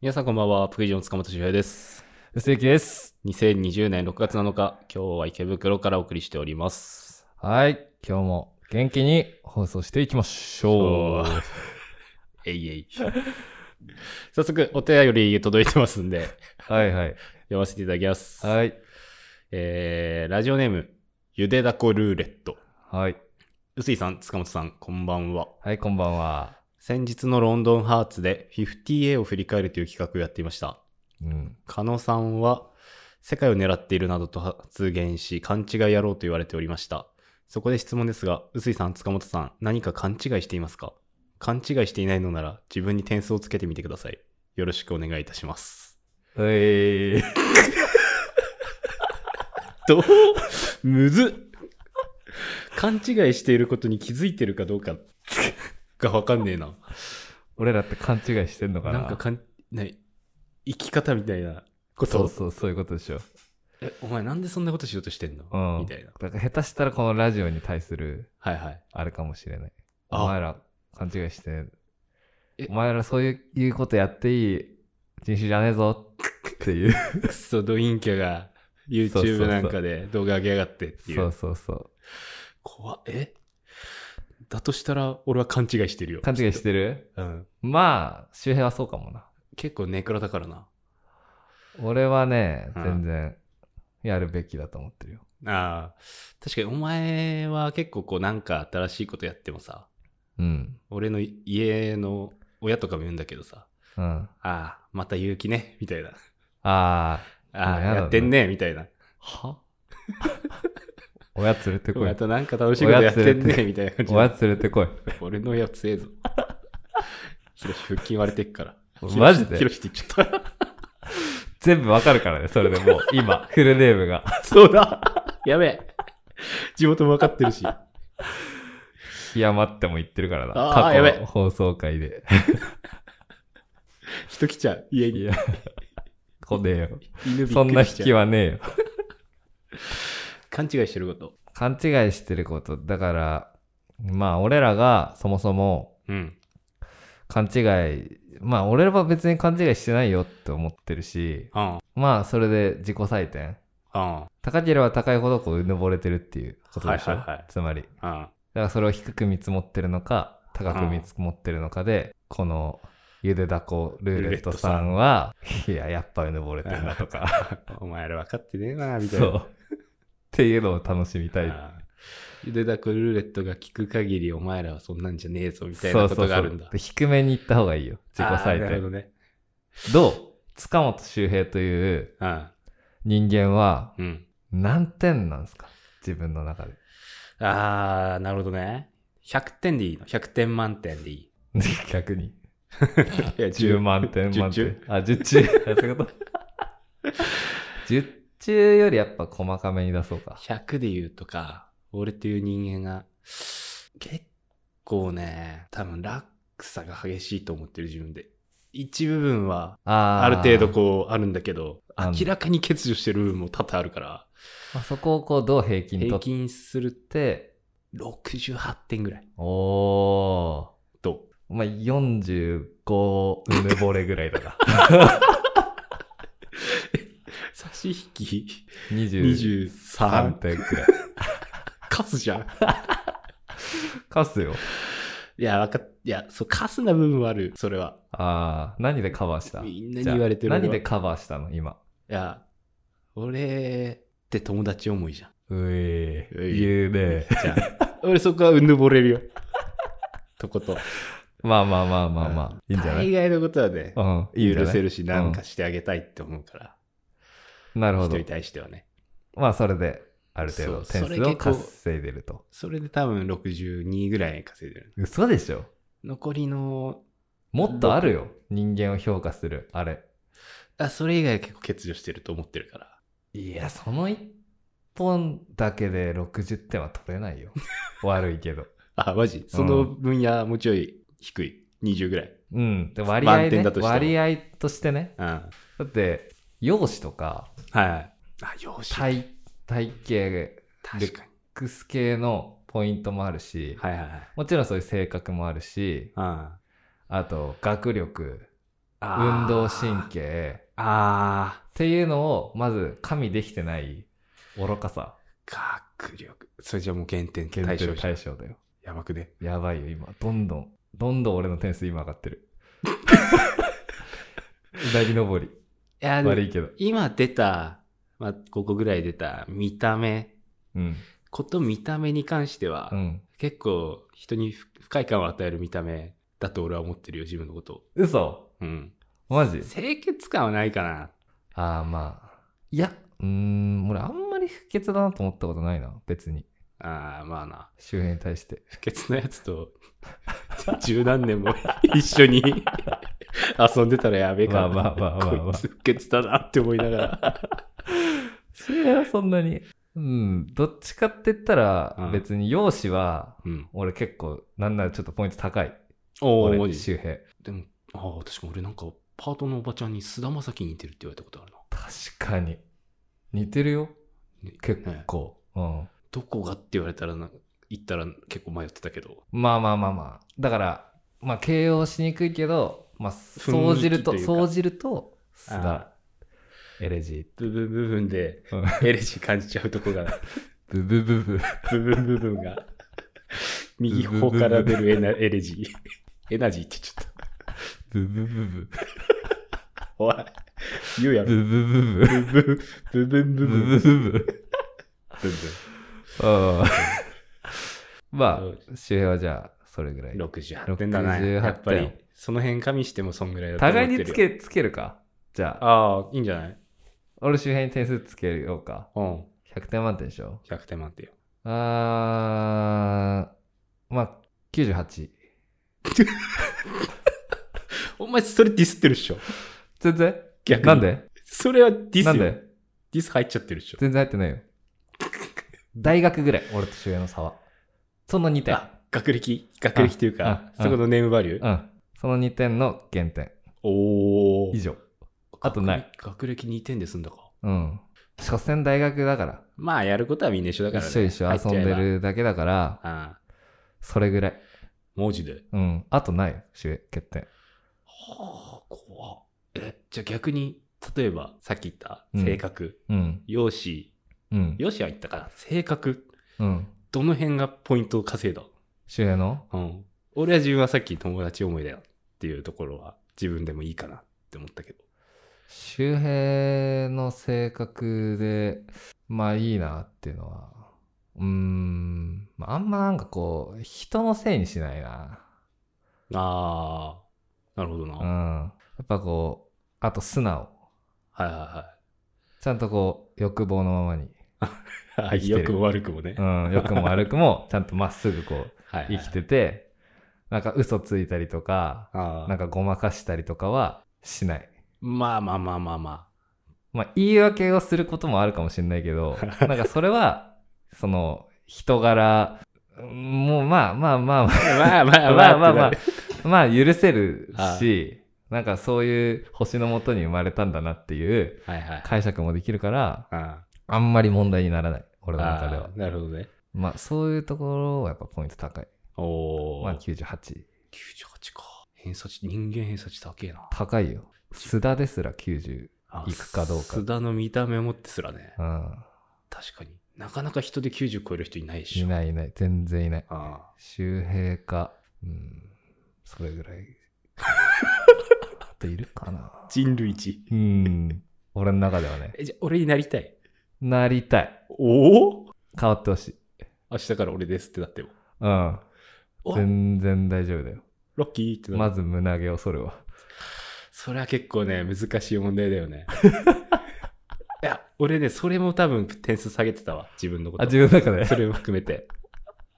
皆さんこんばんは、プリジョン塚本修平です。鈴木です。 2020年6月7日、今日は池袋からお送りしております。はい。今日も元気に放送していきましょう。 えいえい。早速、お手より届いてますんで、はいはい。読ませていただきます。はい。えー、ラジオネーム、ゆでだこルーレット。はい。うすいさん、塚本さん、こんばんは。はい、こんばんは。先日のロンドンハーツで 50A を振り返るという企画をやっていました。うん。狩野さんは世界を狙っているなどと発言し勘違いやろうと言われておりましたそこで質問ですが臼井さん塚本さん何か勘違いしていますか勘違いしていないのなら自分に点数をつけてみてくださいよろしくお願いいたしますえどうむずっ勘違いしていることに気づいてるかどうかがわかんねえな俺らって勘違いしてんのかななんかかんない生き方みたいなことそをうそう、そういうことでしょ。えお前なんでそんなことしようとしてんの、うんみたいなだから下手したらこのラジオに対するはいはいあれかもしれない。あお前ら勘違いしてえ、お前らそういういうことやっていい人種じゃねえぞっていう。クソドインキャがそうそうそ YouTube うなんかで動画上げやがってっていう。そうそうそう。怖っえだとしたら俺は勘違いしてるよ。勘違いしる。てるうん。まあ、周辺はそうかもな。結構ネクラだからな。俺はね、うん全然やるべきだと思ってるよ。ああ。確かにお前は結構こうなんか新しいことやってもさ、うん。俺の家の親とかも言うんだけどさ、うん。あああ、また勇気ね、みたいな。あああ、やだなやってんね、みたいな。はおやつ連れてこい ま。たなんか楽しいことやってんね、みたいな感じおやつ連れてこい。俺の親強えぞ。 ヒロシ腹筋割れてっから。マジでヒロシって言っちゃった。全部わかるからね、それで もう、今、フルネームが。そうだ。やべえ。地元も分かってるし。やまっても言ってるからな。あー過やべ去の放送回で。人来ちゃう。家いに。や、来ねえよ。犬びっくりしちゃそうんな引きはねえよ。勘違いしてること。勘違いしてること。だから、まあ、俺らがそもそもうん。勘違い、まあ、俺らは別に勘違いしてないよって思ってるし、あまあ、それで自己採点。あ。高ければ高いほどこううぬぼれてるっていうことでしょ、はいはいはいつまりだああ。からそれを低く見積もってるのか高く見積もってるのかで、このゆでだこルーレットさんはいややっぱうぬぼれてるなとかお前ら分かってねえな、 みたいな。そうっていうのを楽しみたいああ。ゆでだこルーレットが聞く限りお前らはそんなんじゃねえぞ、みたいそなうこそとうそうがあるんだ。で低めに行った方がいいよ自己ああ採なるほど点ね。どう塚本周平というああ。人間はうん。何点なんですか自分の中でああ、なるほどね。100点でいいの ?100 点満点でい い。逆にいや10万点10満中点。あ、10中。あそういうこと ?10 中よりやっぱ細かめに出そうか。 100で言うとか、俺という人間が、結構ね、多分落差が激しいと思ってる自分で。一部分は、あーある程度こう、あるんだけど、なんだ明らかに欠如してる部分も多々あるから、まあ、そこをこうどう平均と平っ均するて、 68点ぐらいおー。と、まあ、45うぬぼれぐらい だな。差し引き23 23、点くらい。貸すじゃん。 かすよ。いや、わかっ、いや、そう、貸すな部分はある、それは。あー、何でカバーしたみんなに言われてるじゃあ俺何はでカバーしたの今。いや、俺って友達思いじゃん。うえうえー、言うね。じゃあ、俺そこはうぬぼれるよ。とこと。まあまあまあまあまあ。いいんじゃな大い概のことはね、うん、いいんじゃ許なせいるし、なんかしてあげたいって思うから、なるほ人どに。対してはね。まあそれである程度そう点それ数を結構稼いでると。それで多分62ぐらい稼いでる。嘘でしょ残りの、もっとあるよ。人間を評価する。あれ。あ、それ以外は結構欠如してると思ってるから。いや、その一本だけで60点は取れ ないよ。悪いけど。あ、マジその分野もうちょい低い。20ぐらい。うん。で割合、満点ねだと、しても割合としてね。うん。はいだって、容姿とかはい。あ、よし。体、体型、確かに。クス系のポイントもあるし、はいはいはい。もちろんそういう性格もあるし、うん。あと学力、運動神。経あっていうのをまず加味できてない愚かさー、学力。それじゃもう原点限対定象じゃん対象だよやばくね。やばいよ今どんどんどんどん俺の点数今上がってる うなぎ登りいや、でも悪いけど今出た、まあ、ここぐらい出た見た目、うんこと見た目に関しては、うん結構人に不不快感を与える見た目だと俺は思ってるよ、自分のことを。嘘うん。マジ清潔感はないかな。ああまあいやうーん俺あんまり不潔だなと思ったことないな別にああ、まあな。周辺に対して不潔なやつ と、十何年も一緒に遊んでたらやべえから、まあまあまあまあまあこいつ不潔だなって思いながら。それはそんなにうんどっちかって言ったうらん別に容姿はうん。俺結構なんならちょっとポイント高いおお、マ俺ジ周平でも、ああ、確か俺なんか、パートのおばちゃんに菅田将暉に似てるって言われたことあるな。確かに似てるよね結ね構、うんどこがって言われたらな、言ったら結構迷ってたけど。まあまあまあまあだからまあ形容しにくいけどまあ雰総囲気じるとというか総じると須あ田エレジ部分部分でうんエレジ感じちゃうとこが、 ーブブブブ部分部分が、右方から出るエナエレジー。エナジーって言っちゃった。ブブブブおい、言うやブろ。ブブ部ブ分、部分部ブ分。ブブブうんまあ周平はじゃあそれぐらい68点だな。 68やっぱり、その辺加味してもそんぐらいだと思って互いるよにつけつけるかじゃあああ、いいんじゃない俺周平に点数つけようかうん。 100点満点でしょ100点満点よ。あーまあ98お前それディスってるっしょ。全然逆になんでそれはディスなよんでディス入っちゃってるっしょ。全然入ってないよ大学ぐらい俺と周平の差はその2点あ、学歴学歴というか、ああそこのネームバリュー、うんその2点の減点おお以上あとない学歴2点で済んだかうん所詮大学だからまあやることはみんな一緒だから、ね、一緒一緒遊入んでっちゃえるだけだからばああそれぐらい文字でうんあとないよ周平欠点はあ怖っえじゃあ逆に例えばさっき言ったうん性格、うん容姿うん容姿は言ったから性格うんどの辺がポイントを稼いだ周平のうん俺は自分はさっき友達思いだよっていうところは自分でもいいかなって思ったけど周平の性格でまあいいなっていうのはうーんまああんまなんかこう人のせいにしないなああなるほどな、うんはいやっぱこうあと素直はいはちゃんとこう欲望のままに、いあ生きてる良くも悪くもね、うはいん、良くも悪くも ちゃんとまっすぐこうはいはい生きててなんか嘘ついたりとかああなんかごまかしたりとかはしないまあまあまあまあままあ言い訳をすることもあるかもしれないけど なんかそれはその人柄うんもうまあまあまあまああ。まあまあままああままああままああ。まあ許せるはしなんかそういう星のもとに生まれたんだなっていうはいはい。解釈もできるからああんまり問題にならない俺の中ではあ。なるほどね。まあそういうところはやっぱポイント高い。おお。まあ98 98。か。偏差値、人間偏差値高えな。高いよ。須田ですら90。あ行くかどうか須田の見た目もってすらね。うん。確かになかなか人で90超える人いないでしいょ。ないいない。全然いない。あ周平か。うん。それぐらい。あといるかな。あ人類一。うん。俺の中ではね。え、じゃあ俺になりたい。なりたい。おお変わってほしい。明日から俺ですってなっても。うん。おラ全然大丈夫だよ。ッキーってなるまず胸毛を剃るわ。それは結構ね、難しい問題だよね。 いや、俺ね、それも多分点数下げてたわ。自分のこと。あ、自分の中でそ。れも含めて。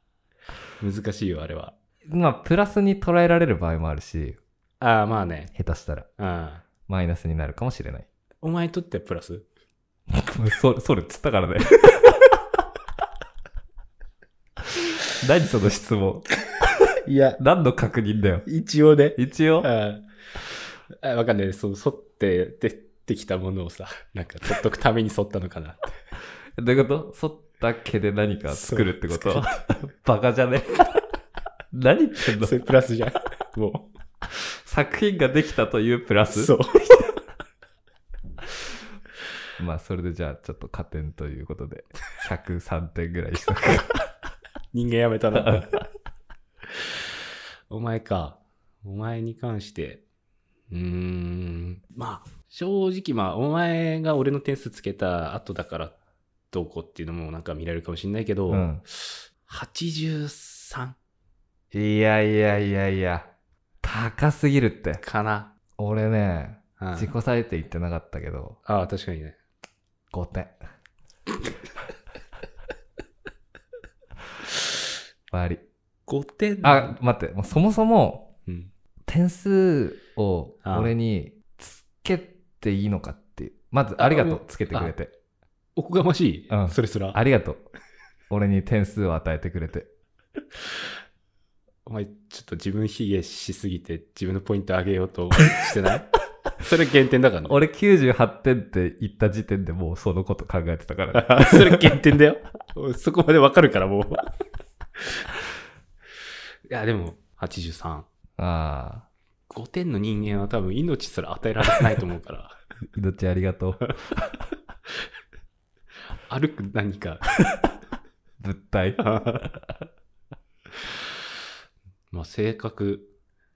難しいよ、あれは。まあ、プラスに捉えられる場合もあるし、ああ、まあね。下手したらうん。マイナスになるかもしれない。お前にとってはプラスそそれっつっ たからね。何その質問。いや、何の確認だよ。一応ね。一応うん。。あわかんない。そう、沿って出てきたものをさ、なんか、取っとくために沿ったのかな。どういうこと剃った毛で何か作るってこそとう バカじゃね何言ってんのそれプラスじゃん。もう。作品ができたというプラス。そう。まあ、それでじゃあ、ちょっと加点ということで、103点ぐらいした。人間やめたな。 お前か。お前に関して。うーん。まあ、正直まあ、お前が俺の点数つけた後だからどうこうっていうのもなんか見られるかもしれないけど、うん83いやいやいやいや、高すぎるって。かな。俺ね、うん自己採点言ってなかったけど、ああ、確かにね。 5点。割り。 5点。あ、待って、もうそもそも、うん。点数を俺につけていいのかっていう。まず、ありがとあう、つけてくれて。おこがましい、うんそれすら。ありがとう。俺に点数を与えてくれて。お前、ちょっと自分卑下しすぎて自分のポイント上げようとしてない それ減点だからね。 俺98点って言った時点でもうそのこと考えてたからね、 それ減点だよ。そこまでわかるから、もう。いや、でも、83。 ああ、 5点の人間は多分命すら与えられてないと思う から、命ありがとう。歩く何か。 物体。まあ、性格。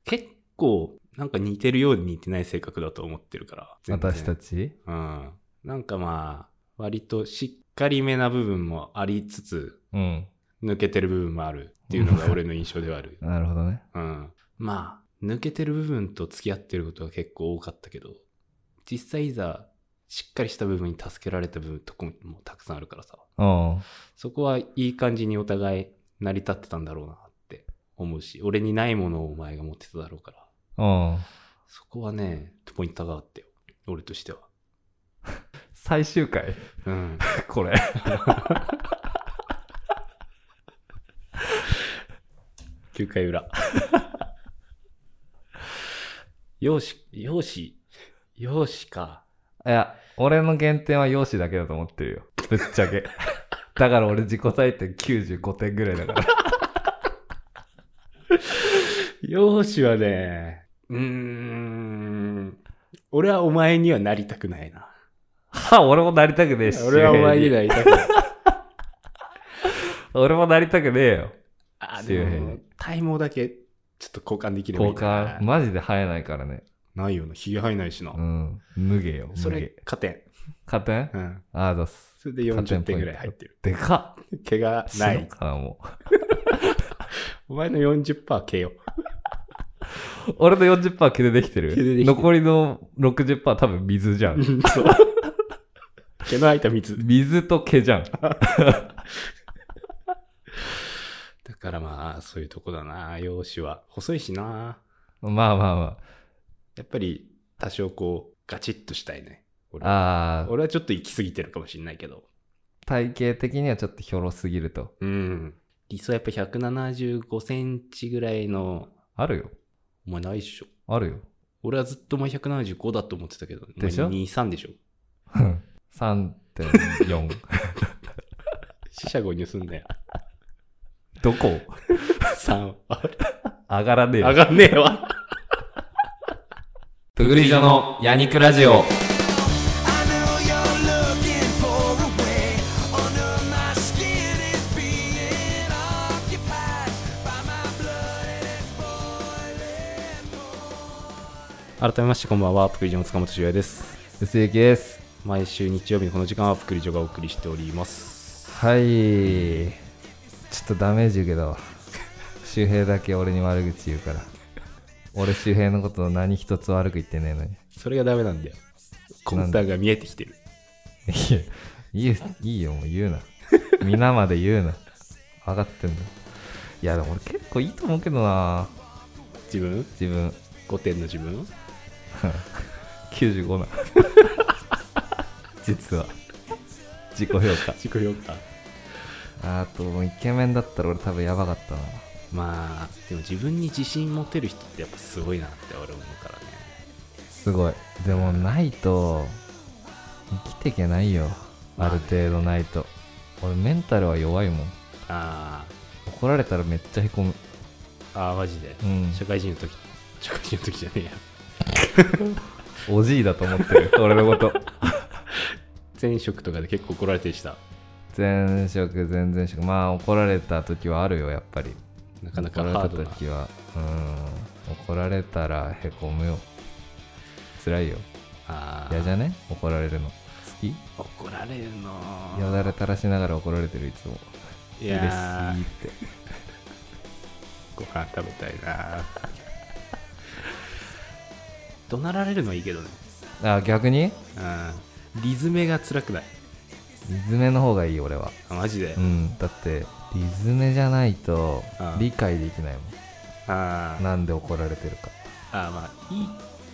結構、なんか似てるように似てない性格だと思ってるから。全然私たちうん。なんかまあ、割としっかりめな部分もありつつ、うん。抜けてる部分もあるっていうのが俺の印象ではある。なるほどね。うん。まあ、抜けてる部分と付き合ってることは結構多かったけど、実際いざ、しっかりした部分に助けられた部分とこもたくさんあるからさ、うん。そこはいい感じにお互い成り立ってたんだろうなって思うし、俺にないものをお前が持ってただろうから、うん。そこはね、ポイントがあってよ。俺としては。最終回 うん。これ。 9回 裏。容姿、容姿、容姿か。いや、俺の原点は容姿だけだと思ってるよ。ぶっちゃけ。 だから俺自己採点95点ぐらいだから。 容姿はね、うーん、俺はお前にはなりたくないな。は俺もなりたくねえし。俺はお前になりたくない。俺もなりたくねえよ。 あ、周で辺もに、体毛だけ、ちょっと交換できればいい交な換、マジで生えないからね。ないよな、ひげ生えないしな。うん。無毛よ。そ無れ毛。、加点。加点うん。あーだす。それで加40点ポイ点ントぐらい入ってる。でかっ。毛がな死のい。かな、もお前の40%毛よ。う。俺の40%毛でできてる。毛でできてる残りの60%多分水じゃ ん。そう。毛の空いた水。水と毛じゃん。だからまあ、そういうとこだな、容姿は。細いしな。まあまあまやっぱり、多少こう、ガチッとしたいね。俺はあ。ああ、俺はちょっと行き過ぎてるかもしれないけど。体型的にはちょっとひょろすぎると。うん。理想はやっぱ175センチぐらいの、あるよ。お前ないっしょ。あるよ。俺はずっとお前175だと思ってたけど、でしょお前2、3でしょ。 3.4。四捨五入すん だよ。どこ3。上がらねえ上よ。がんねえわ。プグリジョのヤニクラジオ。 I know you're looking for a way. Under my skin is being occupied by my blood and it's boiling. 改めましてこんばんは、プクリジョの塚本修也です。薄雪です。毎週日曜日のこの時間はプクリジョがお送りしております。はい。ちょっとダメージ受けたわ。周平だけ俺に悪口言うから。俺周平のこと何一つ悪く言ってねえのに。それがダメなんだよ。コンターが見えてきてる。いいよ、いいよ、もう言うな。皆まで言うな。分かってんだ。いや、でも俺結構いいと思うけどな。自分自分。 ?5 点の自分95な。実は。自己評価。自己評価。あと、イケメンだったら俺多分やばかったな。まあ、でも自分に自信持てる人ってやっぱすごいなって俺思うからね。すごい。でもないと、生きていけないよ。ある程度ないと。俺メンタルは弱いもん。あ怒られたらめっちゃへこむ。ーあー、マジで。うん。社会人の時、社会人の時じゃねえや。おじいだと思って る俺のこと前職とかで結構怒られてした。前職前々職まあ怒られた時はあるよやっぱりなかなか怒ハらーれドたな。時はうん怒られたらへこむよ辛いよあー嫌じゃね怒られるの好き怒られるのよだれ垂らしながら怒られてるいつもい嬉しやーいってご飯食べたいな怒鳴られるのはいいけどね、あ逆にうん、リズメが辛くないリズメの方がいい俺はあマジで、うんだってリズメじゃないとうん理解できないもあーんなんで怒られてるかあーまあいいっ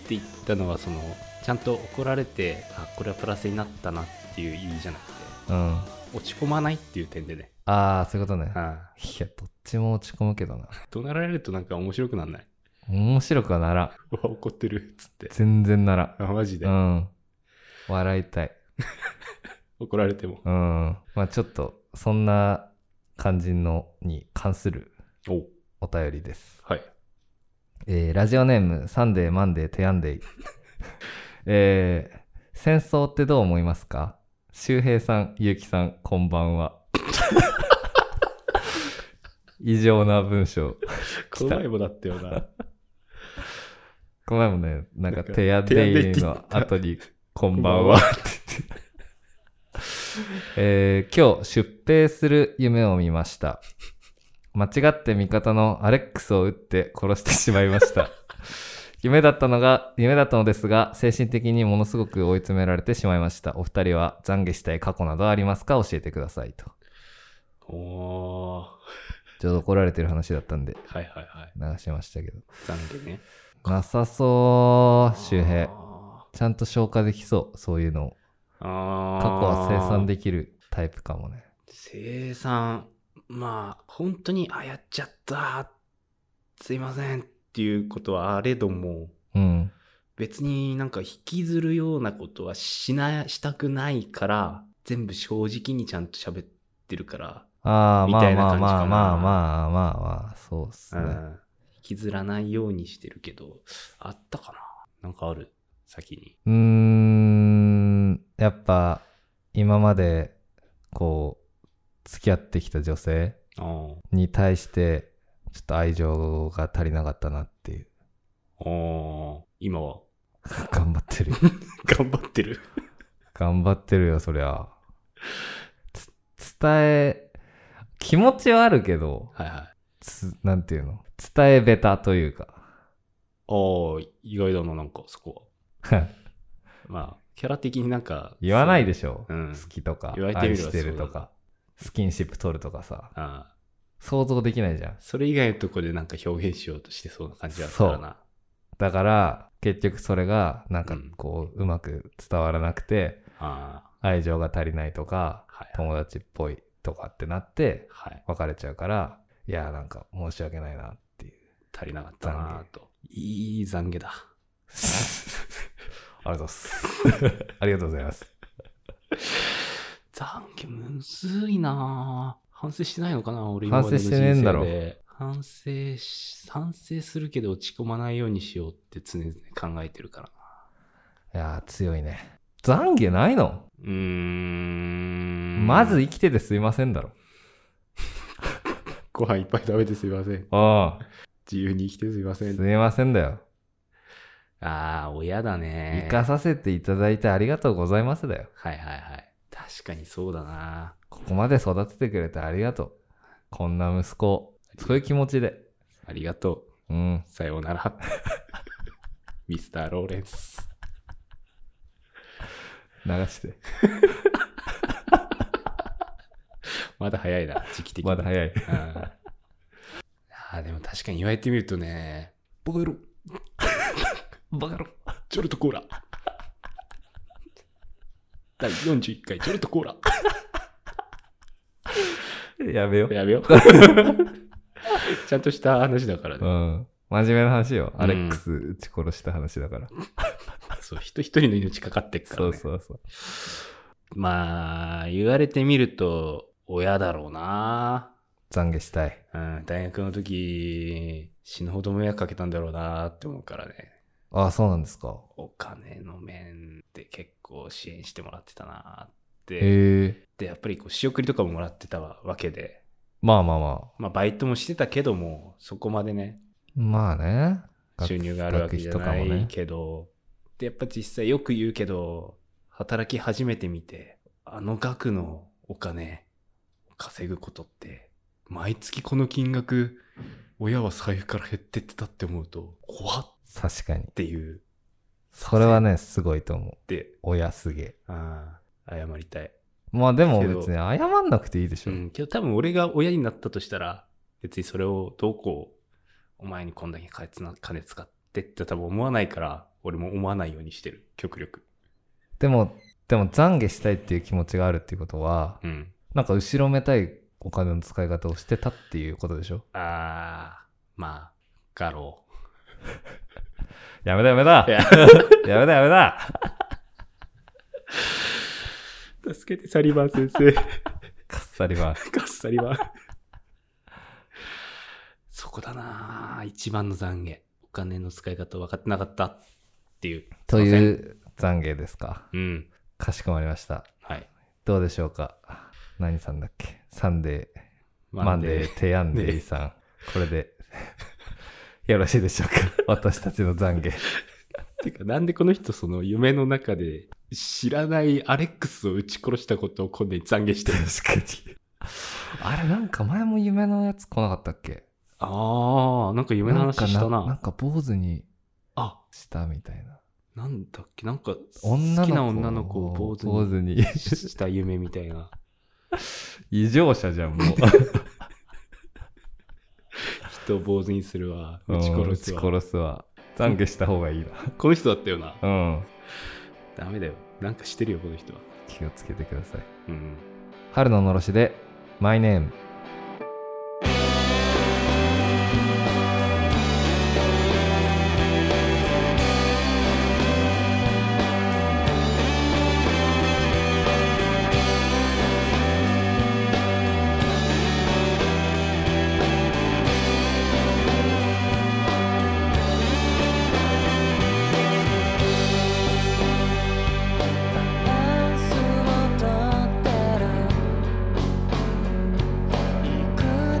て言ったのはそのちゃんと怒られてあこれはプラスになったなっていう意味じゃなくてうん落ち込まないっていう点でね、ああそういうことねあいやどっちも落ち込むけどなー怒鳴られるとなんか面白くなんない 面白くはならんうわ怒ってるっつって全然ならんあマジで、うん。笑いたい。怒られてもうん。まあちょっと、そんな感じのに関するおお便りです。はいえーラジオネーム、サンデー、マンデー、テヤンデイ。 えー戦争ってどう思いますか周平さん、ゆうきさん、こんばんは。 異常な文章。この前もだったよな この前もね、なんか、なんかテヤテヤデイデっイて言のった後に、こんばんはって言って。 えー今日、出兵する夢を見ました。間違って味方のアレックスを撃って殺してしまいました。夢だったのが、夢だったのですが、精神的にものすごく追い詰められてしまいました。お二人は懺悔したい過去などありますか教えてくださいと。おーちょうど怒られてる話だったんで、はいはいはい流しましたけど。残念ねなさそう、周平。あちゃんと消化できそう、そういうのを。ーあ過去は生産でできるタイプかもね。生産まあ本当にあやっちゃったすいませんっていうことはあれどもうん。別になんか引きずるようなことはしなしたくないから全部正直にちゃんと喋ってるから、ああ、みまたあいなま感あじまかあなまあまあまあまあ、そうっすうね。ん引きずらないようにしてるけどあったかななんかある先にうーん、やっぱ今までこう、付き合ってきた女性あーに対して、ちょっと愛情が足りなかったなっていう。 あー今は 頑張ってるよ。 頑張ってる頑張ってるよ、そりゃ。つ伝え、気持ちはあるけど、はいはいつ、なんていうの伝えべたというか。 ああ意外だななんかそこはまあ、キャラ的になんか。言わないでししょ、うん好きとか言われてみ愛ればしてるとそうかスキンシップ取るとかさょ。ああ想像できないじゃんそれ以外のとこでなんか表現しようとしてそうな感じがあるからな。だから結局それがなんかうんこう、うまく伝わらなくてああ愛情が足りないとかはいはい。友達っぽいとかってなってはい。別れちゃうからいやーなんか申し訳ないなっていう 足りなかったなぁと。いい懺悔だ。ありがとうございます ありがとうございます懺悔むずいなぁ。反省してないのかな俺反省してねえんだろ今までの人生で反省し、反省するけど落ち込まないようにしようって常々考えてるからな。いやー強いね懺悔ないの、うーん。まず生きててすいませんだろご飯いっぱい食べてすいません。ああ自由に生きてすいますせいん。ませんだよああ、親だね。生かさせていただいてありがとうございますだよ。はいはいはい。確かにそうだな。ここまで育ててくれてありがとう。こんな息子を。そういう気持ちで。ありがとう。うん。さような ら。ミスター・ローレンス。流して。まだ早いな、時期的に。まだ早い。うんああ、でも確かに言われてみるとね、バカ野郎、バカロ。ジョルトコーラ。第41回、ジョルトコーラ。やめよう。やめよう。 ちゃんとした話だからうね。ん。真面目な話よ。うんアレックス撃ち殺した話だから。そう、人一人の命かかってっからそね。うそうそう。まあ、言われてみると、親だろうな。懺悔したい。うん、大学の時、死ぬほど迷惑かけたんだろうなって思うからね。ああ、そうなんですか。お金の面で結構支援してもらってたなって。へえ。で、やっぱりこう仕送りとかももらってたわけで、まあまあままあバイトもしてたけども、そこまでね、あ。まあね。学収入があるわけじゃ学な費とかもねいけど、で、やっぱ実際よく言うけど、働き始めてみて、あの額のお金を稼ぐことって、毎月この金額、親は財布から減ってってたって思うと、怖っっ確かに。ていう、それはね、すごいと思う。で、親すげえ。ああ、謝りたい。まあでもけど別に謝んなくていいでしうょ。ん、けど多分俺が親になったとしたら、別にそれをどうこう、お前にこんだけ金つな金使ってって多分思わないから、俺も思わないようにしてる、極力。でも、でも懺悔したいっていう気持ちがあるっていうことは、うん。なんか後ろめたいお金の使い方をしてたっていうことでしょ。あー、まあ、ガロやめだやめだい ややめだやめだう。助けて、サリバー先 かっさりは。生。かっサリバー。そこだなあ一番の懺悔。お金の使い方分かってなかったっていう。とすいまいう懺悔ですか。せん。うん。かしこまりました。はい。どうでしょうか何さんだっけサンデー。マンデー、テヤンデイさん。これ で、よろしいでしょうか私たちの懺悔。てか、なんでこの人、その夢の中で、知らないアレックスを撃ち殺したことを今度に懺悔してる。確かに。あれ、なんか前も夢のやつ来なかったっけああ、なんか夢の話したんな。かなんか坊主にあ、したみたいな。なんだっけ、なんか、好女の子きな女の子を坊主坊に主に。 した夢みたいな。異常者じゃん、もう。 人を坊主にするわ、うん撃ち殺撃すちわ。殺すわ。懺悔した方がいいな。この人だったよな。うん。ダメだよ。なんかしてるよ、この人は。気をつけてください。うん。春ののろしで、マイネーム。 「バランスをとってる」「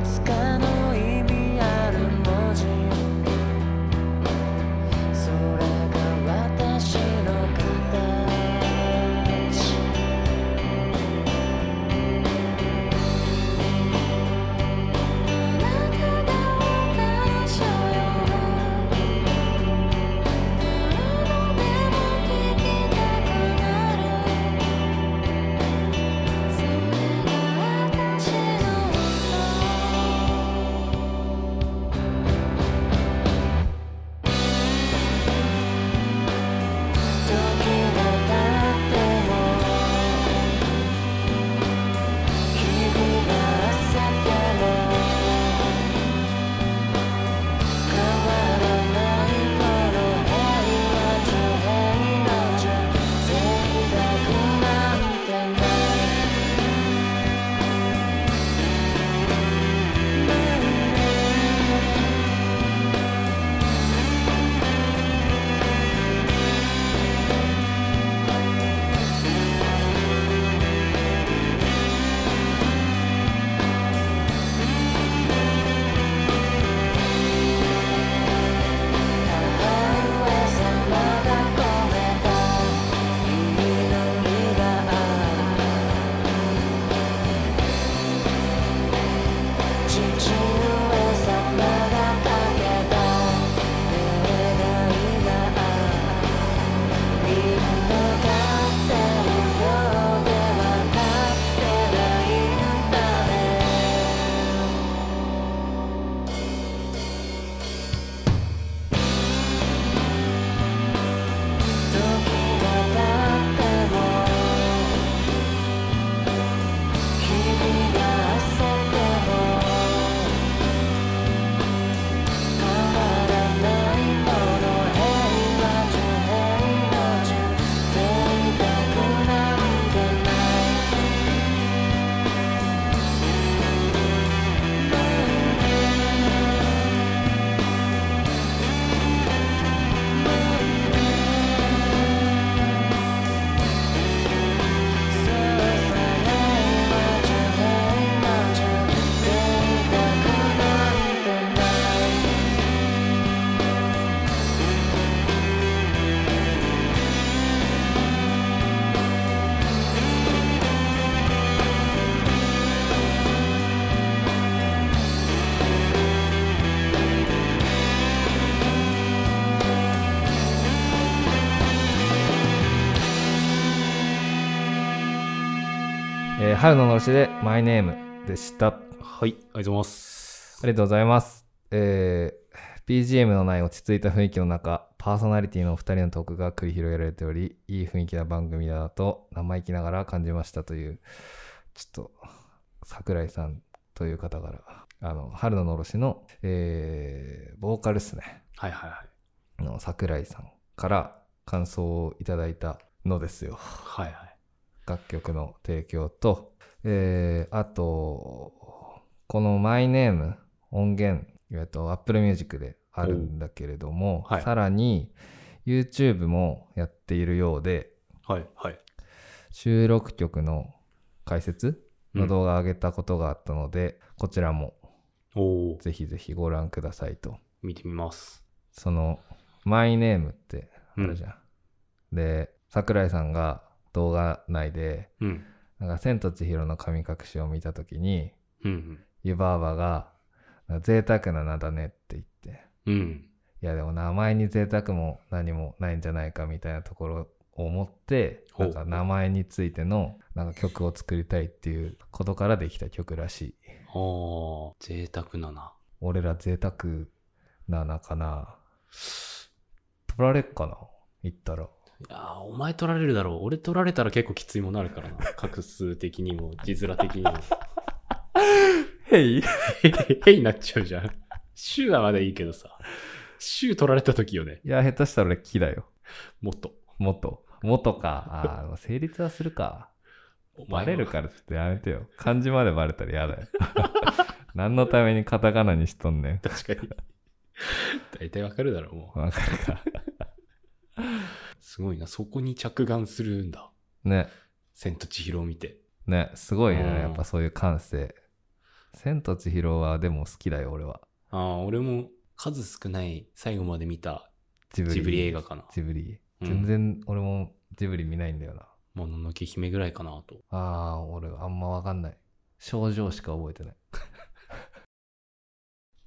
えー、ハウののろしで、マイネームでした。あはい、ありがとうございます。りがとうございます。えー、BGM のない落ち着いた雰囲気の中、パーソナリティのお二人のトークが繰り広げられており、いい雰囲気な番組だなと、生意気ながら感じましたという、ちょっと、桜井さんという方から、あの、春ののろしの、えー、ボーカルっすね。はいはいはい。の桜井さんから感想をいただいたのですよ。はいはい。楽曲の提供と、えー、あと、このマイネーム音源、えっと、Apple Music であるんだけれども、おはいさらに YouTube もやっているようで、はいはい。収録曲の解説の動画を上げたことがあったので、こちらもおおー、ぜひぜひご覧くださいと。見てみます。その、マイネームってあるじゃん。で、桜井さんが動画内で、うん。なんか、千と千尋の神隠しを見たときに、うん湯婆婆が、なんか贅沢な名だねって言って、うん。うん。いやでも名前に贅沢も何もないんじゃないかみたいなところを思って、ほなうんか名前についてのなんか曲を作りたいっていうことからできた曲らしい。おー、贅沢なな。俺ら贅沢な名かな。取られっかな言ったら。いやーお前取られるだろう。俺取られたら結構きついものあるからな。 画数的にも、字面的にも。へい へいへいになっちゃうじゃん。週はまだいいけどさ。週取られた時よね。いや、下手したら俺木だよ。もっと。元。元か。ああ、でも成立はするか。お前バはレるからちょっとやめてよ。漢字までバレたら嫌だ よ。何のためにカタカナにしとんねん。確かに。大体わかるだろう、もう。わかるか。すごいな。そこに着眼するんだ。ね、千と千尋を見て。ね、すごいようんね。やっぱそういう感性。千と千尋はでも好きだよ、俺は。ああ、俺も数少ない最後まで見たジブリ。ジブリ映画かな。ジブリ。うん全然俺もジブリ見ないんだよな。もののけ姫ぐらいかなと。ああ、俺あんまわかんない。症状しか覚えてない。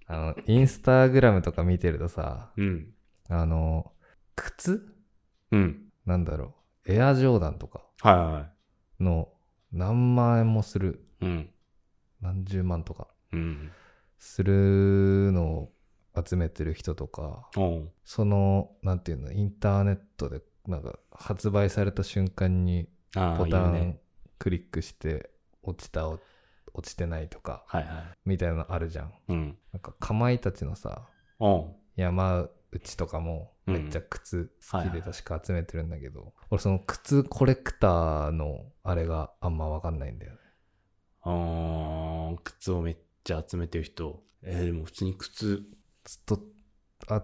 あの、インスタグラムとか見てるとさ、うん。あの、靴うん。なんだろう。エアジョーダンとかはいはの何万円もする。い。うん。何十万とかうん。するのを集めてる人とか、おうその、なんていうの、インターネットで、なんか発売された瞬間にああ、ボタいいね。ンクリックして落ちた、落ちてないとか、はいはい。みたいなのあるじゃん。うん。なんか、かまいたちのさ、おう山内とかもうんめっちゃ靴好きはいではい確か集めてるんだけど、俺その靴コレクターのあれがあんま分かんないんだよねあー靴をめっちゃ集めてる人。えー、でも普通に靴ずっと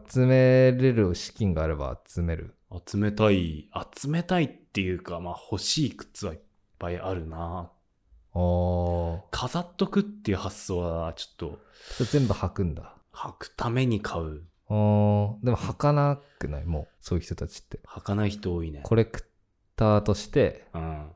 集めれる資金があれば集める集めたい、集めたいっていうか、まあ欲しい靴はいっぱいあるな。あー飾っとくっていう発想はちょっとそれ全部履くんだ履くために買う。あーでも履かなくないもうそういう人たちって履かない人多いね。コレクターとしてうん。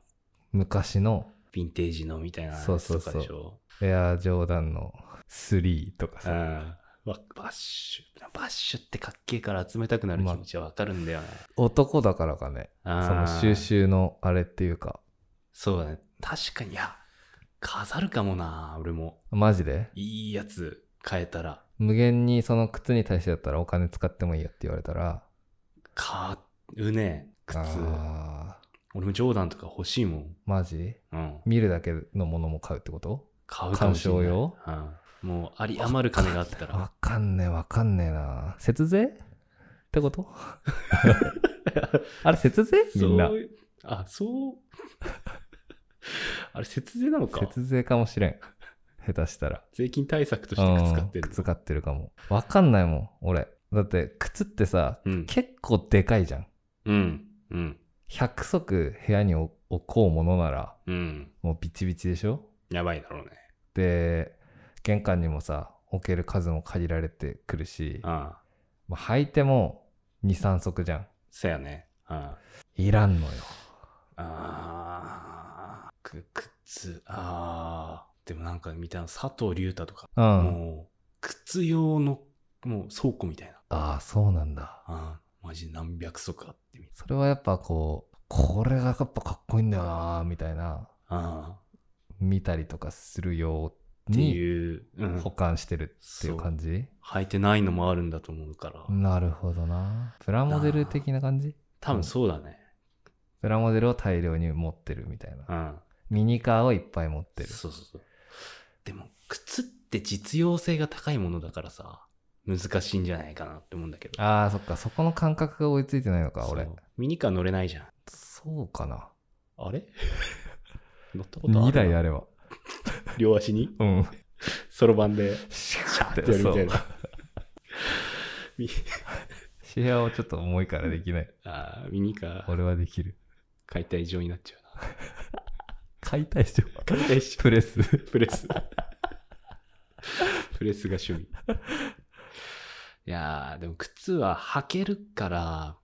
昔のヴィンテージのみたいなやそうつそうとそかうでしょ。エアジョーダンの3とかうさ、ん。わバッシュ。バッシュってかっけえから集めたくなる気持ちはわかるんだよね。男だからかねそあのー収集のあれっていうかそうだね。確かに、いや、飾るかもな、俺も。マジでいいやつ買えたら。無限にその靴に対してだったらお金使ってもいいよって言われたら買うね、靴。あー俺もジョーダンとか欲しいもん。マジうん。見るだけのものも買うってこと買うかもしれない。鑑賞用うん。もう、あり余る金があったら。わかんねえわかんねえな節税ってことあれ節税 みんなそういう。あ、そう。 あれ、節税なのか。節税かもしれん下手したら税金対策として靴買ってうんる靴買ってるかもわかんないもん俺だって靴ってさうん。結構でかいじゃんうん。うん。 100足部屋に置こうものならうん。もうビチビチでしょやばいだろうね。で玄関にもさ置ける数も限られてくるし、ああ。まあ、履いても23足じゃんそやね。あいらんのよあ。ああ。く、靴。ああ。でもなんか見たの、佐藤隆太とか。うん、もう、靴用の、もう倉庫みたいな。ああそうなんだああ。マジ何百足あってみそれはやっぱこうこれがやっぱかっこいいんだよなみたいなああ。見たりとかするようてにいう、うん、保管してるっていう感じ、履いてないのもあるんだと思うから、なるほどな。プラモデル的な感じ多分そうだね。プラモデルを大量に持ってるみたいな。うん。ミニカーをいっぱい持ってる。そうそうそう。でも、靴って実用性が高いものだからさ、難しいんじゃないかなって思うんだけど。ああ、そっか。そこの感覚が追いついてないのか、俺そ。うミニカー乗れないじゃん。そうかな。あれ 乗ったことある2台あれば。両足に うん。そろばんで、シシャャーってやるみたいそうな。みシェアをちょっと重いからできない。あーミニカー、俺はできる。解体場になっちゃう解体してな。解体場、プレス。プレス。 プレスが趣味。いやー、でも靴は履けるから、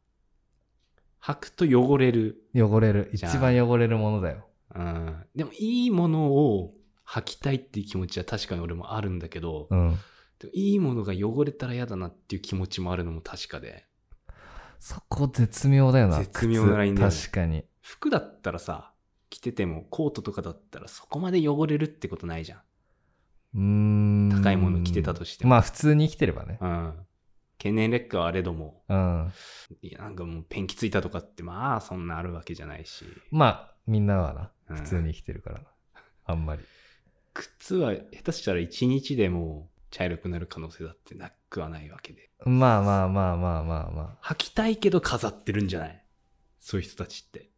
履くと汚れる。汚れる。じゃあ一番汚れるものだよ。うん。でもいいものを履きたいっていう気持ちは確かに俺もあるんだけど、うん。でもいいものが汚れたら嫌だなっていう気持ちもあるのも確かで。そこ絶妙だよな。絶妙なラインだよね靴確かに。服だったらさ、着ててもコートとかだったらそこまで汚れるってことないじゃん。うーん。高いもの着てたとしてもまあ普通に生きてればね。うん。経年劣化はあれども、うん。いやなんかもうペンキついたとかってまあそんなあるわけじゃないし。まあみんなはうんな。普通に生きてるからな。あんまり。靴は下手したら一日でも茶色くなる可能性だってなくはないわけで。まあまあまあまあまあま履きたいけど飾ってるんじゃないそういう人たちって。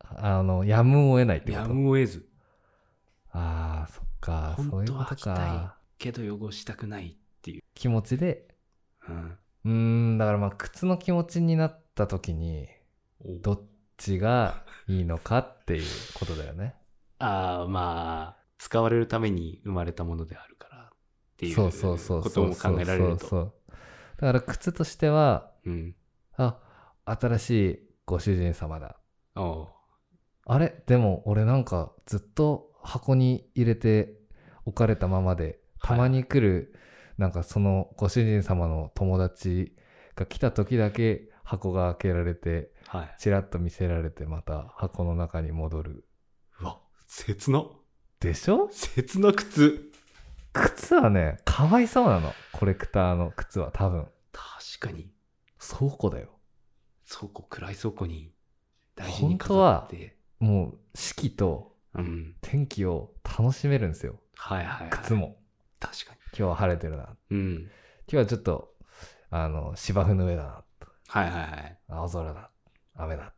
あ。あの、やむを得ないってこやと。むを得ず。ああ、そっか。そう本いう当こはと履きたか。いけど汚したくないっていう。気持ちで。うん。うーん、だからまあ靴の気持ちになった時に、おどっちがいいのかっていうことだよね。ああ、まあ、使われるために生まれたものであるからっていうそこうそうそうそうとも考えられるそうそと。うそうだから靴としてはうん。あ新しいご主人様だおうあれでも俺なんかずっと箱に入れて置かれたままではいたまに来る、なんかそのご主人様の友達が来た時だけ箱が開けられてはい。ちらっと見せられてまた箱の中に戻るうわ、切な。でしょ切な靴。靴はねかわいそうなのコレクターの靴は多分確かに、倉庫だよ倉庫、暗い倉庫に大事に飾本っ当て。もう四季とうん。天気を楽しめるんですよはいはい、はい。靴。も確か今日は晴れてるなに。う今ん。日はちょっとあの芝生の上だなはいはいはい。青空だ雨だ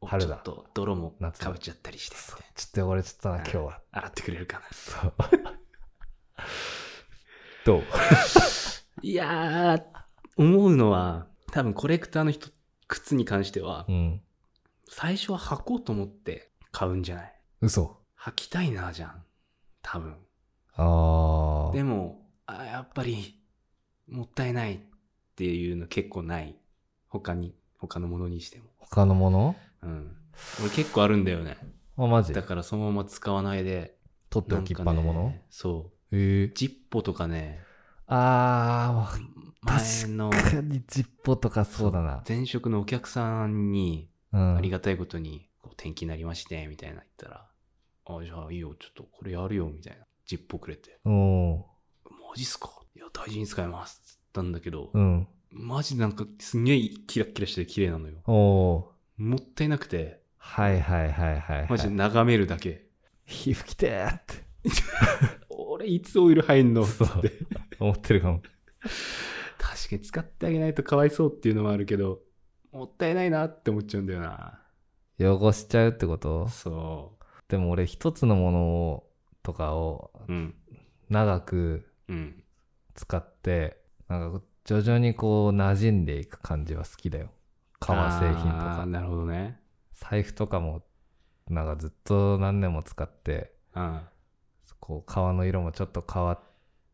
お春だちょっと泥も夏だかぶっちゃったりして。そうちょっと汚れちゃったなうん今日は洗ってくれるかな。そうどういやー、思うのは、多分コレクターの人、靴に関しては、うん最初は履こうと思って買うんじゃない嘘履きたいなじゃん多分あでもあやっぱりもったいないっていうの結構ない他に他のものにしても他のものうん俺結構あるんだよねあマジだからそのまま使わないで取っておきっぱのもなんのかねそうへえジッポとかねあ前のーかにジッポとかそうだな前職のお客さんにうんありがたいことにこう転勤になりましてみたいな言ったら「あじゃあいいよちょっとこれやるよ」みたいなジッポくれておマジっすかいや、大事に使います。つったんだけど、ーうんマジでなんかすげえキラッキラして綺麗なのよ。おおもったいなくて、ーはいはいはいはい、はい、マジで眺めるだけ。皮膚きてーって俺、いつオイル入 んのつそうって。思ってるかも。確かに使ってあげないとかわいそうっていうのもあるけど、もったいないなって思っちゃうんだよな。汚しちゃうってことそでも俺一つのものをとかをう。うん。長くうん。使ってなんか徐々にこう馴染んでいく感じは好きだよ革製品とあーかなるほどね。財布とかもなんかずっと何年も使ってうん。こう革の色もちょっと変わっ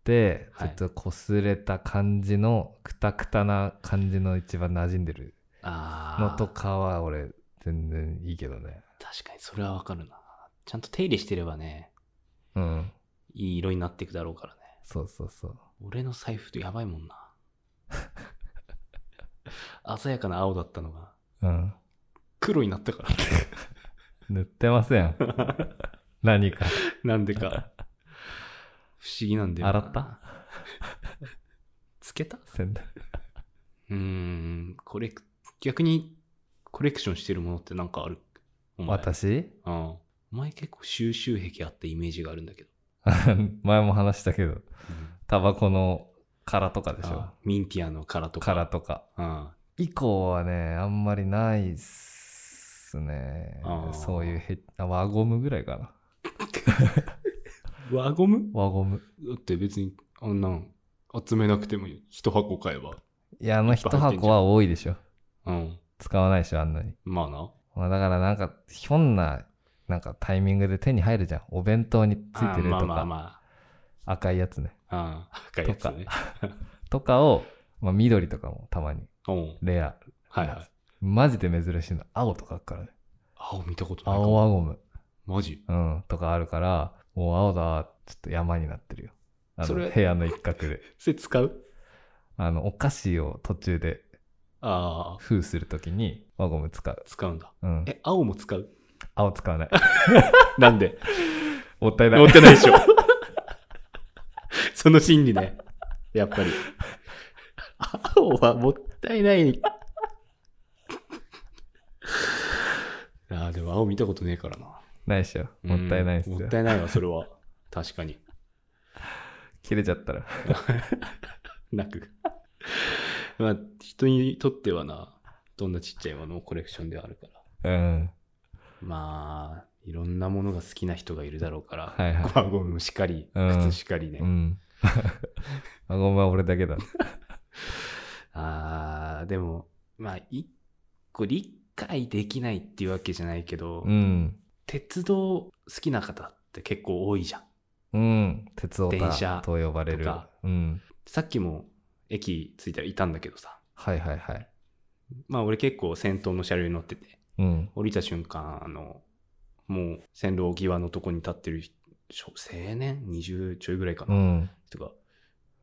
て、はいちょっと擦れた感じのくたくたな感じの一番馴染んでるあのあ。とかは俺全然いいけ どね確かにそれはわかるな。ちゃんと手入れしてればね、うんいい色になっていくだろうからね。そうそうそう俺の財布とやばいも んな。鮮やかな青だったのがうん黒になったからね。 塗ってません。何か。なんでか。不思議なんだよな。洗ったつけた洗濯うーん、コレク、逆にコレクションしてるものってなんかあるお前。私 うん。お前結構収集癖あったイメージがあるんだけど。前も話したけど、うんタバコの殻とかでしょあ。ミンティアの殻とか。殻とか。うん。以降はね、あんまりないっすねあー。そういうへあ輪ゴムぐらいかな。輪ゴム輪ゴム。だって別に、あんなん、集めなくても一箱買えば。いや、あのいっぱ一い入ってんじゃん箱は多いでしょ。うん。使わないでしょ、あんなに。まあな。まあ、だからなんか、ひょんな、なんかタイミングで手に入るじゃん。お弁当についてるあーとまあか、ま赤いやつね。あまあ。うん。赤いやつね。とかを、まあ、緑とかもたまに、うん。レア。はいはい。マジで珍しいの。青とかあるからね。青見たことないか青も。輪ゴム。マジうん。とかあるから、もう青だ、ちょっと山になってるよ。あその、れ部屋の一角で。それ使うあの、お菓子を途中でああ、封するときに輪ゴム使う。使うんだ。うん。え、青も使う青使わない。なんでもったいない持っ。てない でしょ。その心理ね。やっぱり。青はもったいない。ああ、でも青見たことねえからな。ないっしょ。もったいないっすうんもよっ。たいないわ、それは。確かに。切れちゃったら。なく。まあ、人にとってはな、どんなちっちゃいものもコレクションではあるから。うん。まあ、いろんなものが好きな人がいるだろうから、はいはい輪ゴムしかり、うん靴しかりね。うん。 輪ゴムは俺だけだ。あーでも、まあ、一個理解できないっていうわけじゃないけど、うん。鉄道好きな方って結構多いじゃん。うん。鉄オ電車タと呼ばれとるか。うん。さっきも駅着いたらいたんだけどさ、はいはいはい。まあ俺結構先頭の車両に乗ってて、うん。降りた瞬間、あの、もう線路際のとこに立ってる人青年 ?20 ちょいぐらいかうな。ん。とか、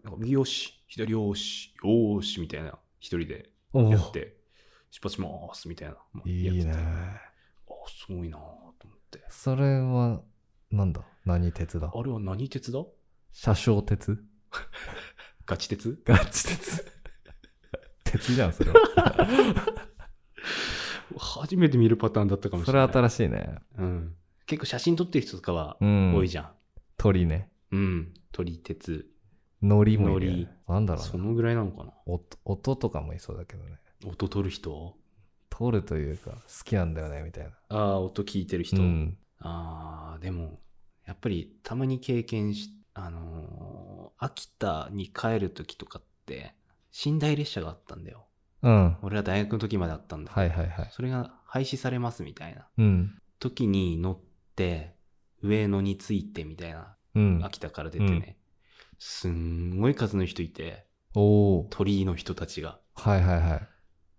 なんか右よし、左よし、よーし、みたいな、一人でおやって、出発しまーす、みたいな。まあいいやねってて。あ、すごいなーと思って。それは、なんだ何鉄だあれは何鉄だ車掌鉄ガチ鉄ガチ鉄。 鉄じゃん、それは。初めて見るパターンだったかもしそれれない。は新しいね。うん。結構写真撮ってる人とかはうん。多いじゃん。鳥ね。うん。鳥鉄。海苔もいるよ海ね。なんだろそうな。のぐらいなのかな。音音とかもいそうだけどね。音撮る人撮るというか、好きなんだよね、みたいな。ああ、音聞いてる人。うん。ああ、でも、やっぱりたまに経験し、あのー秋田に帰る時とかって、寝台列車があったんだよ。うん。俺は大学の時まであったんだけどはいはいはい。それが廃止されますみたいなうん。時に乗って、上野に着いてみたいなうん。秋田から出てね、すんごい数の人いておお。鳥居の人たちがはいはいはい。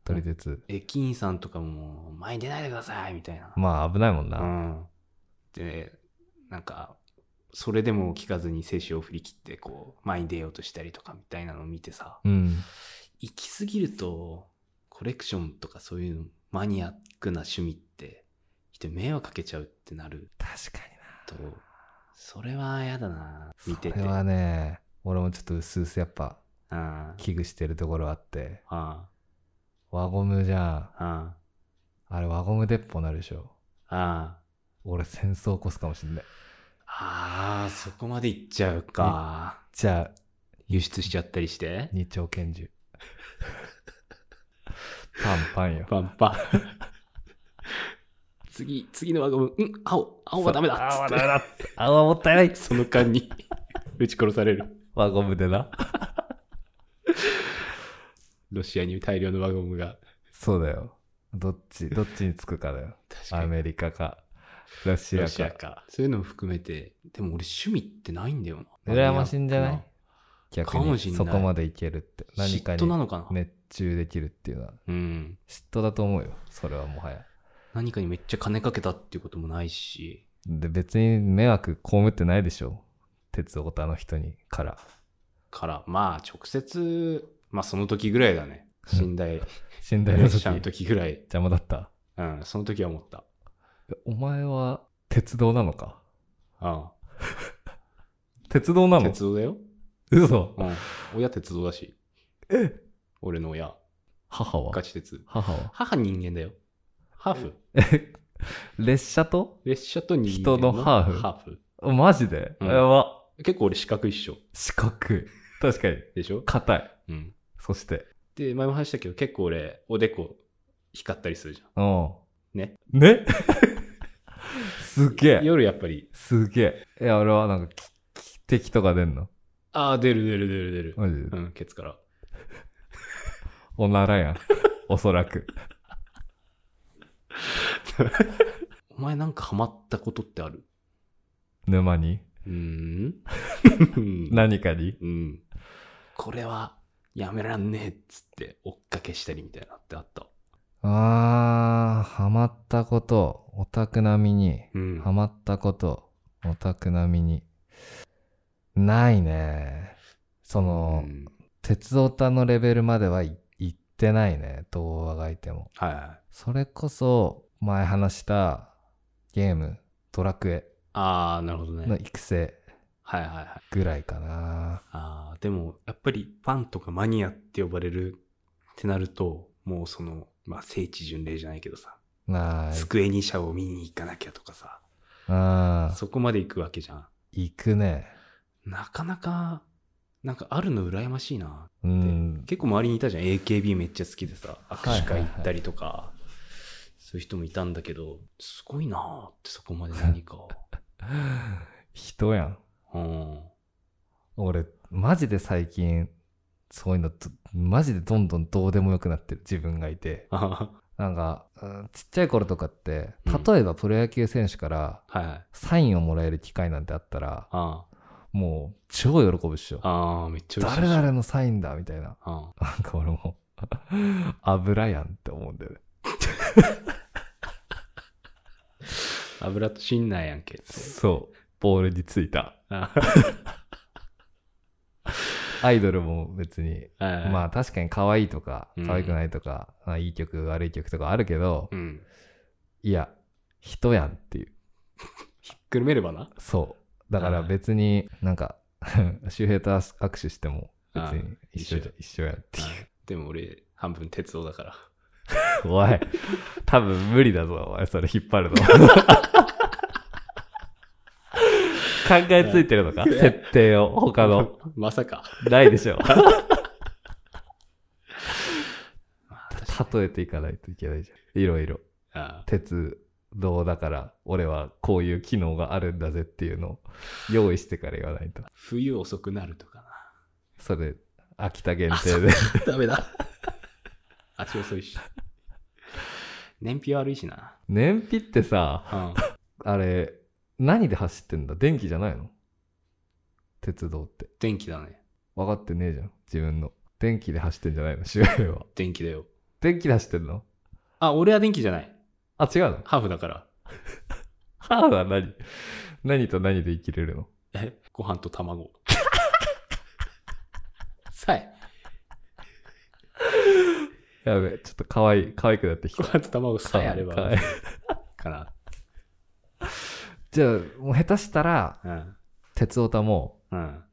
撮り鉄。駅員さんとかも「前に出ないでください」みたいな、まあ危ないもんな。うん、でなんかそれでも聞かずに精子を振り切ってこう前に出ようとしたりとかみたいなのを見てさうん。行き過ぎるとコレクションとかそういうマニアックな趣味って人に迷惑かけちゃうってなる確かにとそれは嫌だな見な。てこてれはね、俺もちょっと薄々やっぱうん危惧してるところあって、あ輪ゴムじゃん。あああれ輪ゴム鉄砲なるでしょ。あああ俺戦争起こすかもしんない。ああ、そこまでいっちゃうか。じゃあ、輸出しちゃったりして。二丁 拳銃。パンパンよ。パン パン。次、次の輪ゴム、うん、青、青はダメだそう青はっつダっメだ青はもったいないて。その間に 撃ち殺される。輪ゴムでな。ロシアに大量の輪ゴムが。そうだよ。どっち、どっちにつくかだよ。確アかに。メリカか、ロシアロシアか。か。そういうのも含めて、でも俺趣味ってないんだよな。羨ましいんじゃない逆かもにしんないそこまでいけるって。何嫉か妬なにのかな、熱中できるっていうのは。うん。嫉妬だと思うよ。それはもはや。何かにめっちゃ金かけたっていうこともないし。で、別に迷惑被ってないでしょ。鉄オタの人にから。から、まあ直接、まあその時ぐらいだね。寝台死んだよ、列時車の邪時ぐらい。魔だった。うん、その時は思った。えお前は鉄道なのかあ鉄道なあの鉄道だよ。嘘うん。親鉄道だし。俺の親。母はガチ鉄。母は母人間だよ。ハーフ。え列車と列車と人間人のハーフハーフ。あマジで、うんやば。結構俺視覚一緒四角い。確かに。でしょ硬い。うん。そして。で、前も話したけど結構俺、おでこ光ったりするじゃん。うん。ね。ね すげえ。夜やっぱり、すげえ。いや、俺はなんか、き汽笛とか出んのああ、出る出る出る出る。マジで。うん、ケツから。おならや ん。おそらく。お前なんかハマったことってある沼にうーん。何かにうん。これはやめらんねえっつって追っかけしたりみたいなのってあった。あー、ハマったこと。オタク並みに。うんハマったこと。オタク並みに。ないね。その、うん鉄オタのレベルまではい行ってないね。動画がいても。はいはい。それこそ、前話したゲーム、ドラクエああ、なるほどね。の育成はいはいはい。ぐらいかな。ああ、でも、やっぱりファンとかマニアって呼ばれるってなると、もうその、まあ、聖地巡礼じゃないけどさ、ない。机に社を見に行かなきゃとかさ、あーそこまで行くわけじゃん。行くね。なかなか、なんかあるの羨ましいな。うん。結構周りにいたじゃん。AKB めっちゃ好きでさ、握手会行ったりとか、そういう人もいたんだけど、すごいなーってそこま で何か。人やん。うん。 俺、マジで最近、そういうのど、マジでどんどんどうでもよくなってる自分がいて。あははなんか、うんちっちゃい頃とかって、うん例えばプロ野球選手からはいはい。サインをもらえる機会なんてあったら、あもう超喜ぶっしょあ、。ああ、めっちゃ嬉しい。誰々のサインだみたいな。 あなんか俺も 油やんって思うんだよね。あ、油と死んないやんけって。そう。ボールについた。あ アイドルも別に。あまあ確かに可愛いとかうん可愛くないとか、まあいい曲悪い曲とかあるけど、うん。いや人やんっていうひっくるめればな。そうだからはい別になんか 周平と握手しても別はいに一緒じゃ一緒やんっていうでも俺、半分鉄道だから。 おい多分無理だぞお前それ引っ張 るの考えついてるのか設定を他の。 まさか。ないでし ょあ例えていかないといけないじゃんいろいろあ鉄道だから俺はこういう機能があるんだぜっていうのを用意してから言わないと冬遅くなる とかそれ秋田限定でな。ダメだ。 足遅いし。 燃費悪いしな。 燃費ってさうん。あれ何で走ってんだ電気じゃないの鉄道って電気だね。分かってねえじゃん自分の電気で走ってんじゃないの周平は電気だよ。電気で走ってんのあ、俺は電気じゃない。あ違うのハーフだから。母は何何と何で生きれるのえご飯と 卵。さえ。やべえちょっと可愛い可愛くなってきごた飯と卵さえあれ可ば愛い。かな。じゃあもう下手したらうん。鉄オタもうん。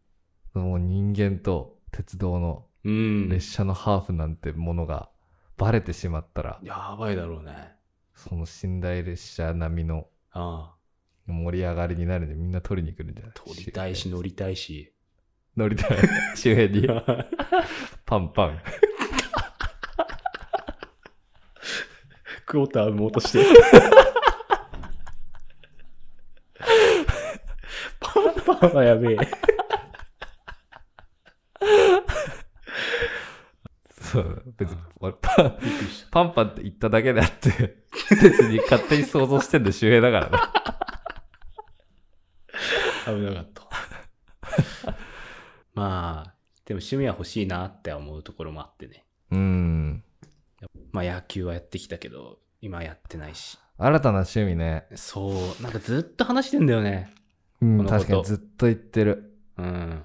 もう人間と鉄道のうん。列車のハーフなんてものがバレてしまったら、やばいだろうね。その寝台列車並みのあ盛り上がりになるんでみんな取りに来るんじゃないあ。取りたいし乗りたいし。乗り たい周辺にパンパンクォーターもうとして。パンパンはやべえ。そう別にあ俺パンびっくりしパンパンって言っただけであって別に勝手に想像してんの周辺だからねた。危なかった。まあ、でも趣味は欲しいなって思うところもあってね。うーんまあ野球はやってきたけど、今やってないし。新たな趣味ねそう、なんかずっと話してんだよね。うんこのこと確かにずっと言ってるうん。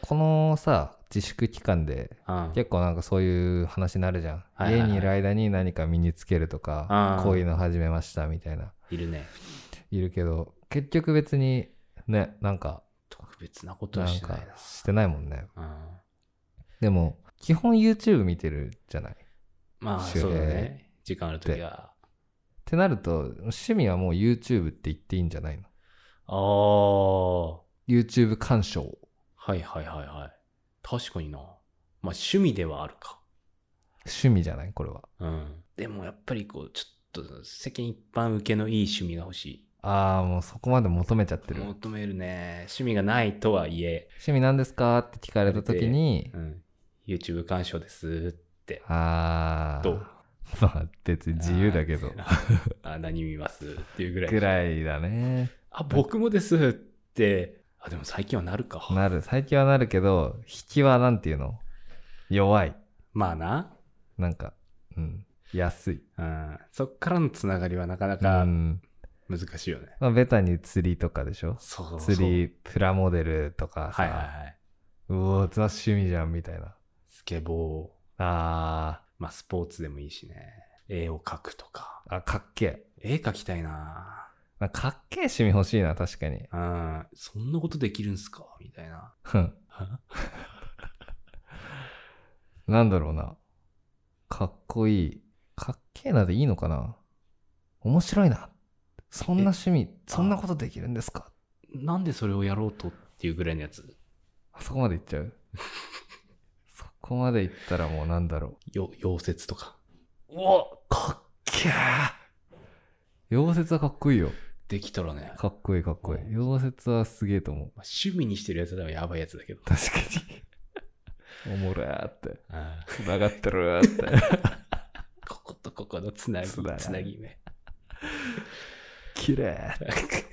このさ自粛期間であ結構なんかそういう話になるじゃん、はいはいはい家にいる間に何か身につけるとかあーこういうの始めましたみたいないるね。いるけど結局別にね、なんか、特別なことなはんしてかないな。してないもんね。うんでも、基本 YouTube 見てるじゃない。っまあ、周そうだ平ね。時間あるときは。てなると、趣味はもう YouTube って言っていいんじゃないのああ、は ?YouTube 鑑賞。いはいはいはい。確かにな。まあ、趣味ではあるか。趣味じゃないこれは。うん。でもやっぱりこう、ちょっと世間一般受けのいい趣味が欲しああ、もうそこまで求めちゃってい。る。趣求めるね。趣味がないとはいえ、味なんですかって聞かれた時にう、ん。YouTube 鑑賞ですって。ああ、どう まあ別に自由だけど、あ、何見ますっていうぐらい。ぐらいだね。あ、僕もですって。あ、でも最近はなるか。なる、最近はなるけど、引きはなんていうの弱い。まあな。なんか、うん、安い。うん。そっからのつながりはなかなうかん。難しいよね。まあベタに釣りとかでしょそうそうそう釣り、プラモデルとかさ、はいはいはい。うおー、ザ趣味じゃんみたいな。スケボー。あまあ、スポーツでもいいしね。絵を描くとか。ー、あ、かっけえ。絵描きたいななんかかっけえ趣味欲しいな、確かに。うん。そんなことできるんすかみたいな。うんなんだろうな。かっこいい。かっけえなでいいのかな面白いな。そんな趣味、そんなことできるんですかなんでそれをやろうとっていうぐらいのやつ。あそこまでいっち ゃうそこまでいったらもうなんだろよ、溶接とか。う。おかっけえ溶接はかっこいいよ。できたらね。かっこいいかっこいい。う溶接はすげえと思う。まあ趣味にしてるやつではやばいやつだけど。確か に。おもろーって。あつながってる ーって。ー こことここのつなぎ、つながりつなぎ目。綺麗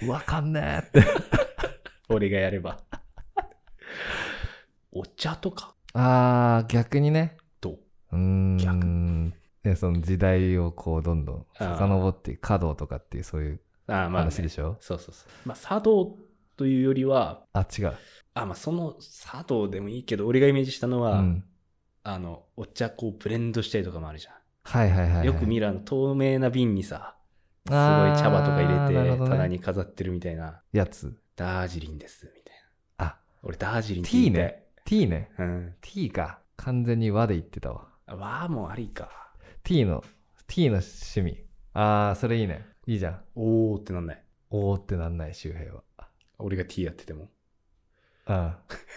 わかんねえって。俺がやれ ば。お茶とかあー、逆にね。どううーん。でその時代をこうどんどんあー遡って華道とかっていうそういうああ、まあ、ね、話でそうしょそうそう。まあ、茶道というよりは、あ違う、あ、まあ、その茶道でもいいけど、俺がイメージしたのうは、ん、あの、お茶こうブレンドしたりとかもあるじゃん。はいはいはいはいよく見るあの透明な瓶にさ、すごいあー茶葉とか入なれるて、ほどね棚に飾ってるみたいな。やつダージリンです、みたいな。あ俺、ダージリン T 言いたいね。T ねうん。 T か完全に和で言ってたわわあ、もうありか。 T の T の趣味あーそれいいねいいじゃんおーってなんない。おーってなんない周平は俺が T やってても。うん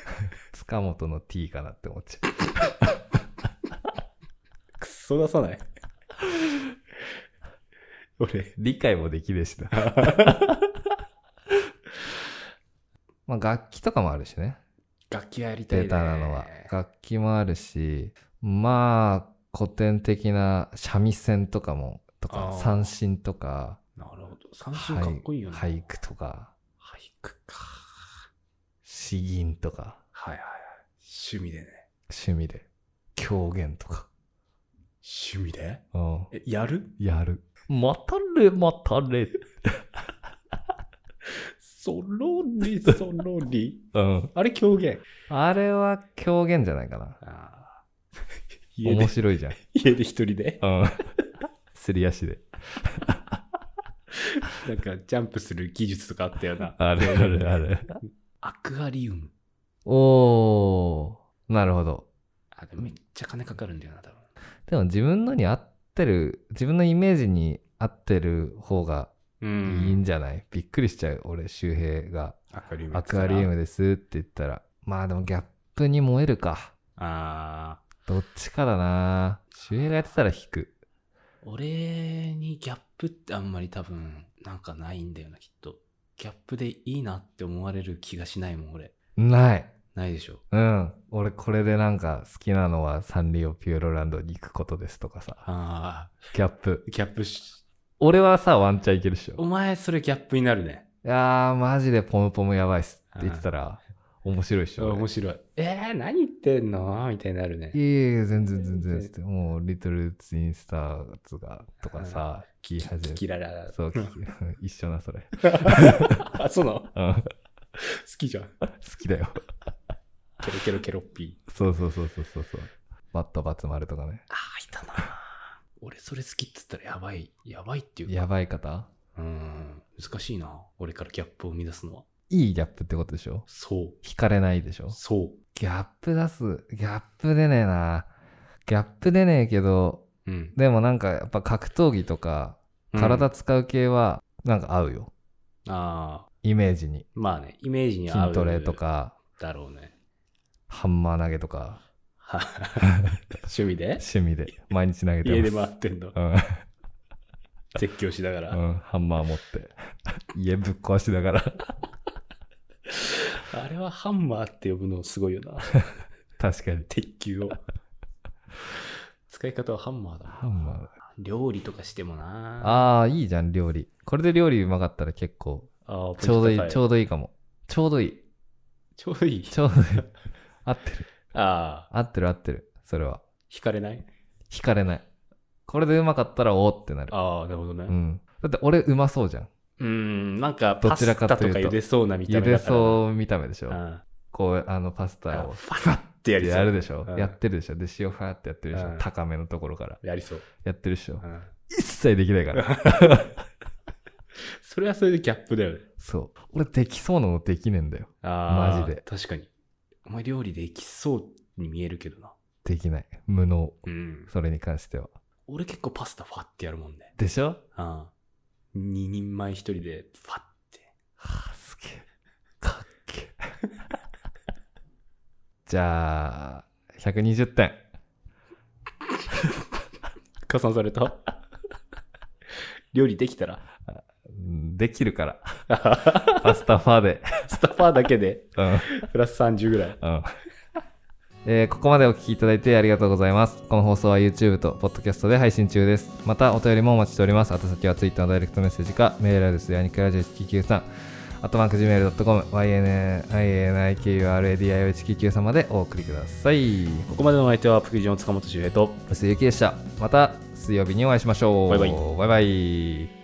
塚本の T かなって思っちゃうくっそ出さ ない。俺、理解もできるしな まあ楽器とかもあるしね楽器はやりたいね。ベタなのは楽器もあるしまあ古典的な三味線とかもとあかー三振とかなるほど。三振かっこいいよね。俳俳句とか俳句か。詩吟とかはいはいはい。趣味でね。趣味で狂言とか、趣味でうん、え、やるやるまたれまたれそろりそろり。 うんあれ狂言。あれは狂言じゃないかなあ ー家面で、白いじゃん、家で一人で、うん、 すり足でなんかジャンプする技術とかあったよな。あるあるあるアクアリウム。おーなるほどあ、でもめっちゃ金かかるんだよな、多分。でも自分のに合ってる自分のイメージに合ってる方がういいん。じゃない、びっくりしちゃう俺周平がアクアリウ「ム。アクアリウム。です」って言ったらまあでもギャップに燃えるかああ。どっちかだな周平がやってたら引く俺にギャップってあんまり多分、なんかないんだよな、きっと。ギャップでいいなって思われる気がしないもん、俺。ないないでしょ。うん俺これでなんか好きなのはサンリオピューロランドに行くことですとかさあギャップあ。ギャップし、俺はさワンチャンいけるっしおょ前それギャップになるね。いやーマジでポムポムやばいっすって言ってたら面白いっしょ俺面白い。えー、何言ってんのみたいになるねい。えいえ、全然全然っつって、もう、リトルツインスターズが、とかさ、聞き始めキラララ。そう、 聞き一緒な、それ。 あ、そうなの好うん好きじゃん。きだよ。ケロケロケロッピー。そうそうそうそうそうそう。バットバツ丸とかね。ああ、いたな。俺それ好きっつったらやばい。やばいっていうか。やばい方うーん。難しいな。俺からギャップを生み出すのは。いいギャップってことでしょそ惹かれないでしょう。そギャップ出す。ギャップ出ねえな。ギャップ出ねえけど、う。うん。でもなんかやっぱ格闘技とか、うん体使う系は、なんか合うよ。ああ。イメージに。まあね、イメージに合う。筋トレと。か、だろうね。ハンマー投げとか、は 趣味 で趣味で毎日投げてま家す。で回ってんの。絶叫しながうら。ん、うん、ハンマー持って。 家ぶっ壊しながら。あれはハンマーって呼ぶのすごいよな。 確かに。鉄球を。使い方はハンマーだな。ハンマー。料理とかしてもな。あああ、いいじゃん、料理。これで料理うまかったら結構、あ、ちょうどいい、ちょううどいいかも。ちょうどいい。ちょうどいい。ちょうどいい。合ってる。ああ、合ってる合ってる。それは。惹かれない惹かれない。これでうまかったらおおってなる。ああ、なるほどね。うん。だって俺うまそうじゃん。うーん、なんか、どパちスらタかととかいうと茹でそうな見た茹目だでからな。そう見た目でしょ。うん。こう、あの、パスタを。ファッってやりそう。やるでしょ、うんやってるでしょで、塩ファーってやってるでしょ、うん高めのところから。やりそう。やってるでしょ、うん一切できないから。それはそれでギャップだよね。そう。俺できそうなのできねえんだよ。あーマジで確かに。お前料理できそうに見えるけどな。できない。無能。うん。それに関しては。俺結構パスタファってやるもんね。でしょああ。二人前一人でファって。はあ、すげえ。かっけえ。 じゃあ、120点。加算され た料理できたらうんできる から。パスタファーで。スタッファーだけでうん。プラス30ぐらい。うん えーここまでお聞きいただいてありがとうございます。この放送は YouTube と Podcast で配信中です。またお便りもお待ちしております。宛先は Twitter のダイレクトメッセージか、メールアドレスやニクラジオ1993、あとマーク Gmail.com、yninikuradio1993 までお送りください。ここまでのお相手はプクジョン塚本周平と薄井ゆきでした。また水曜日にお会いしましょう。バイバイバイバイ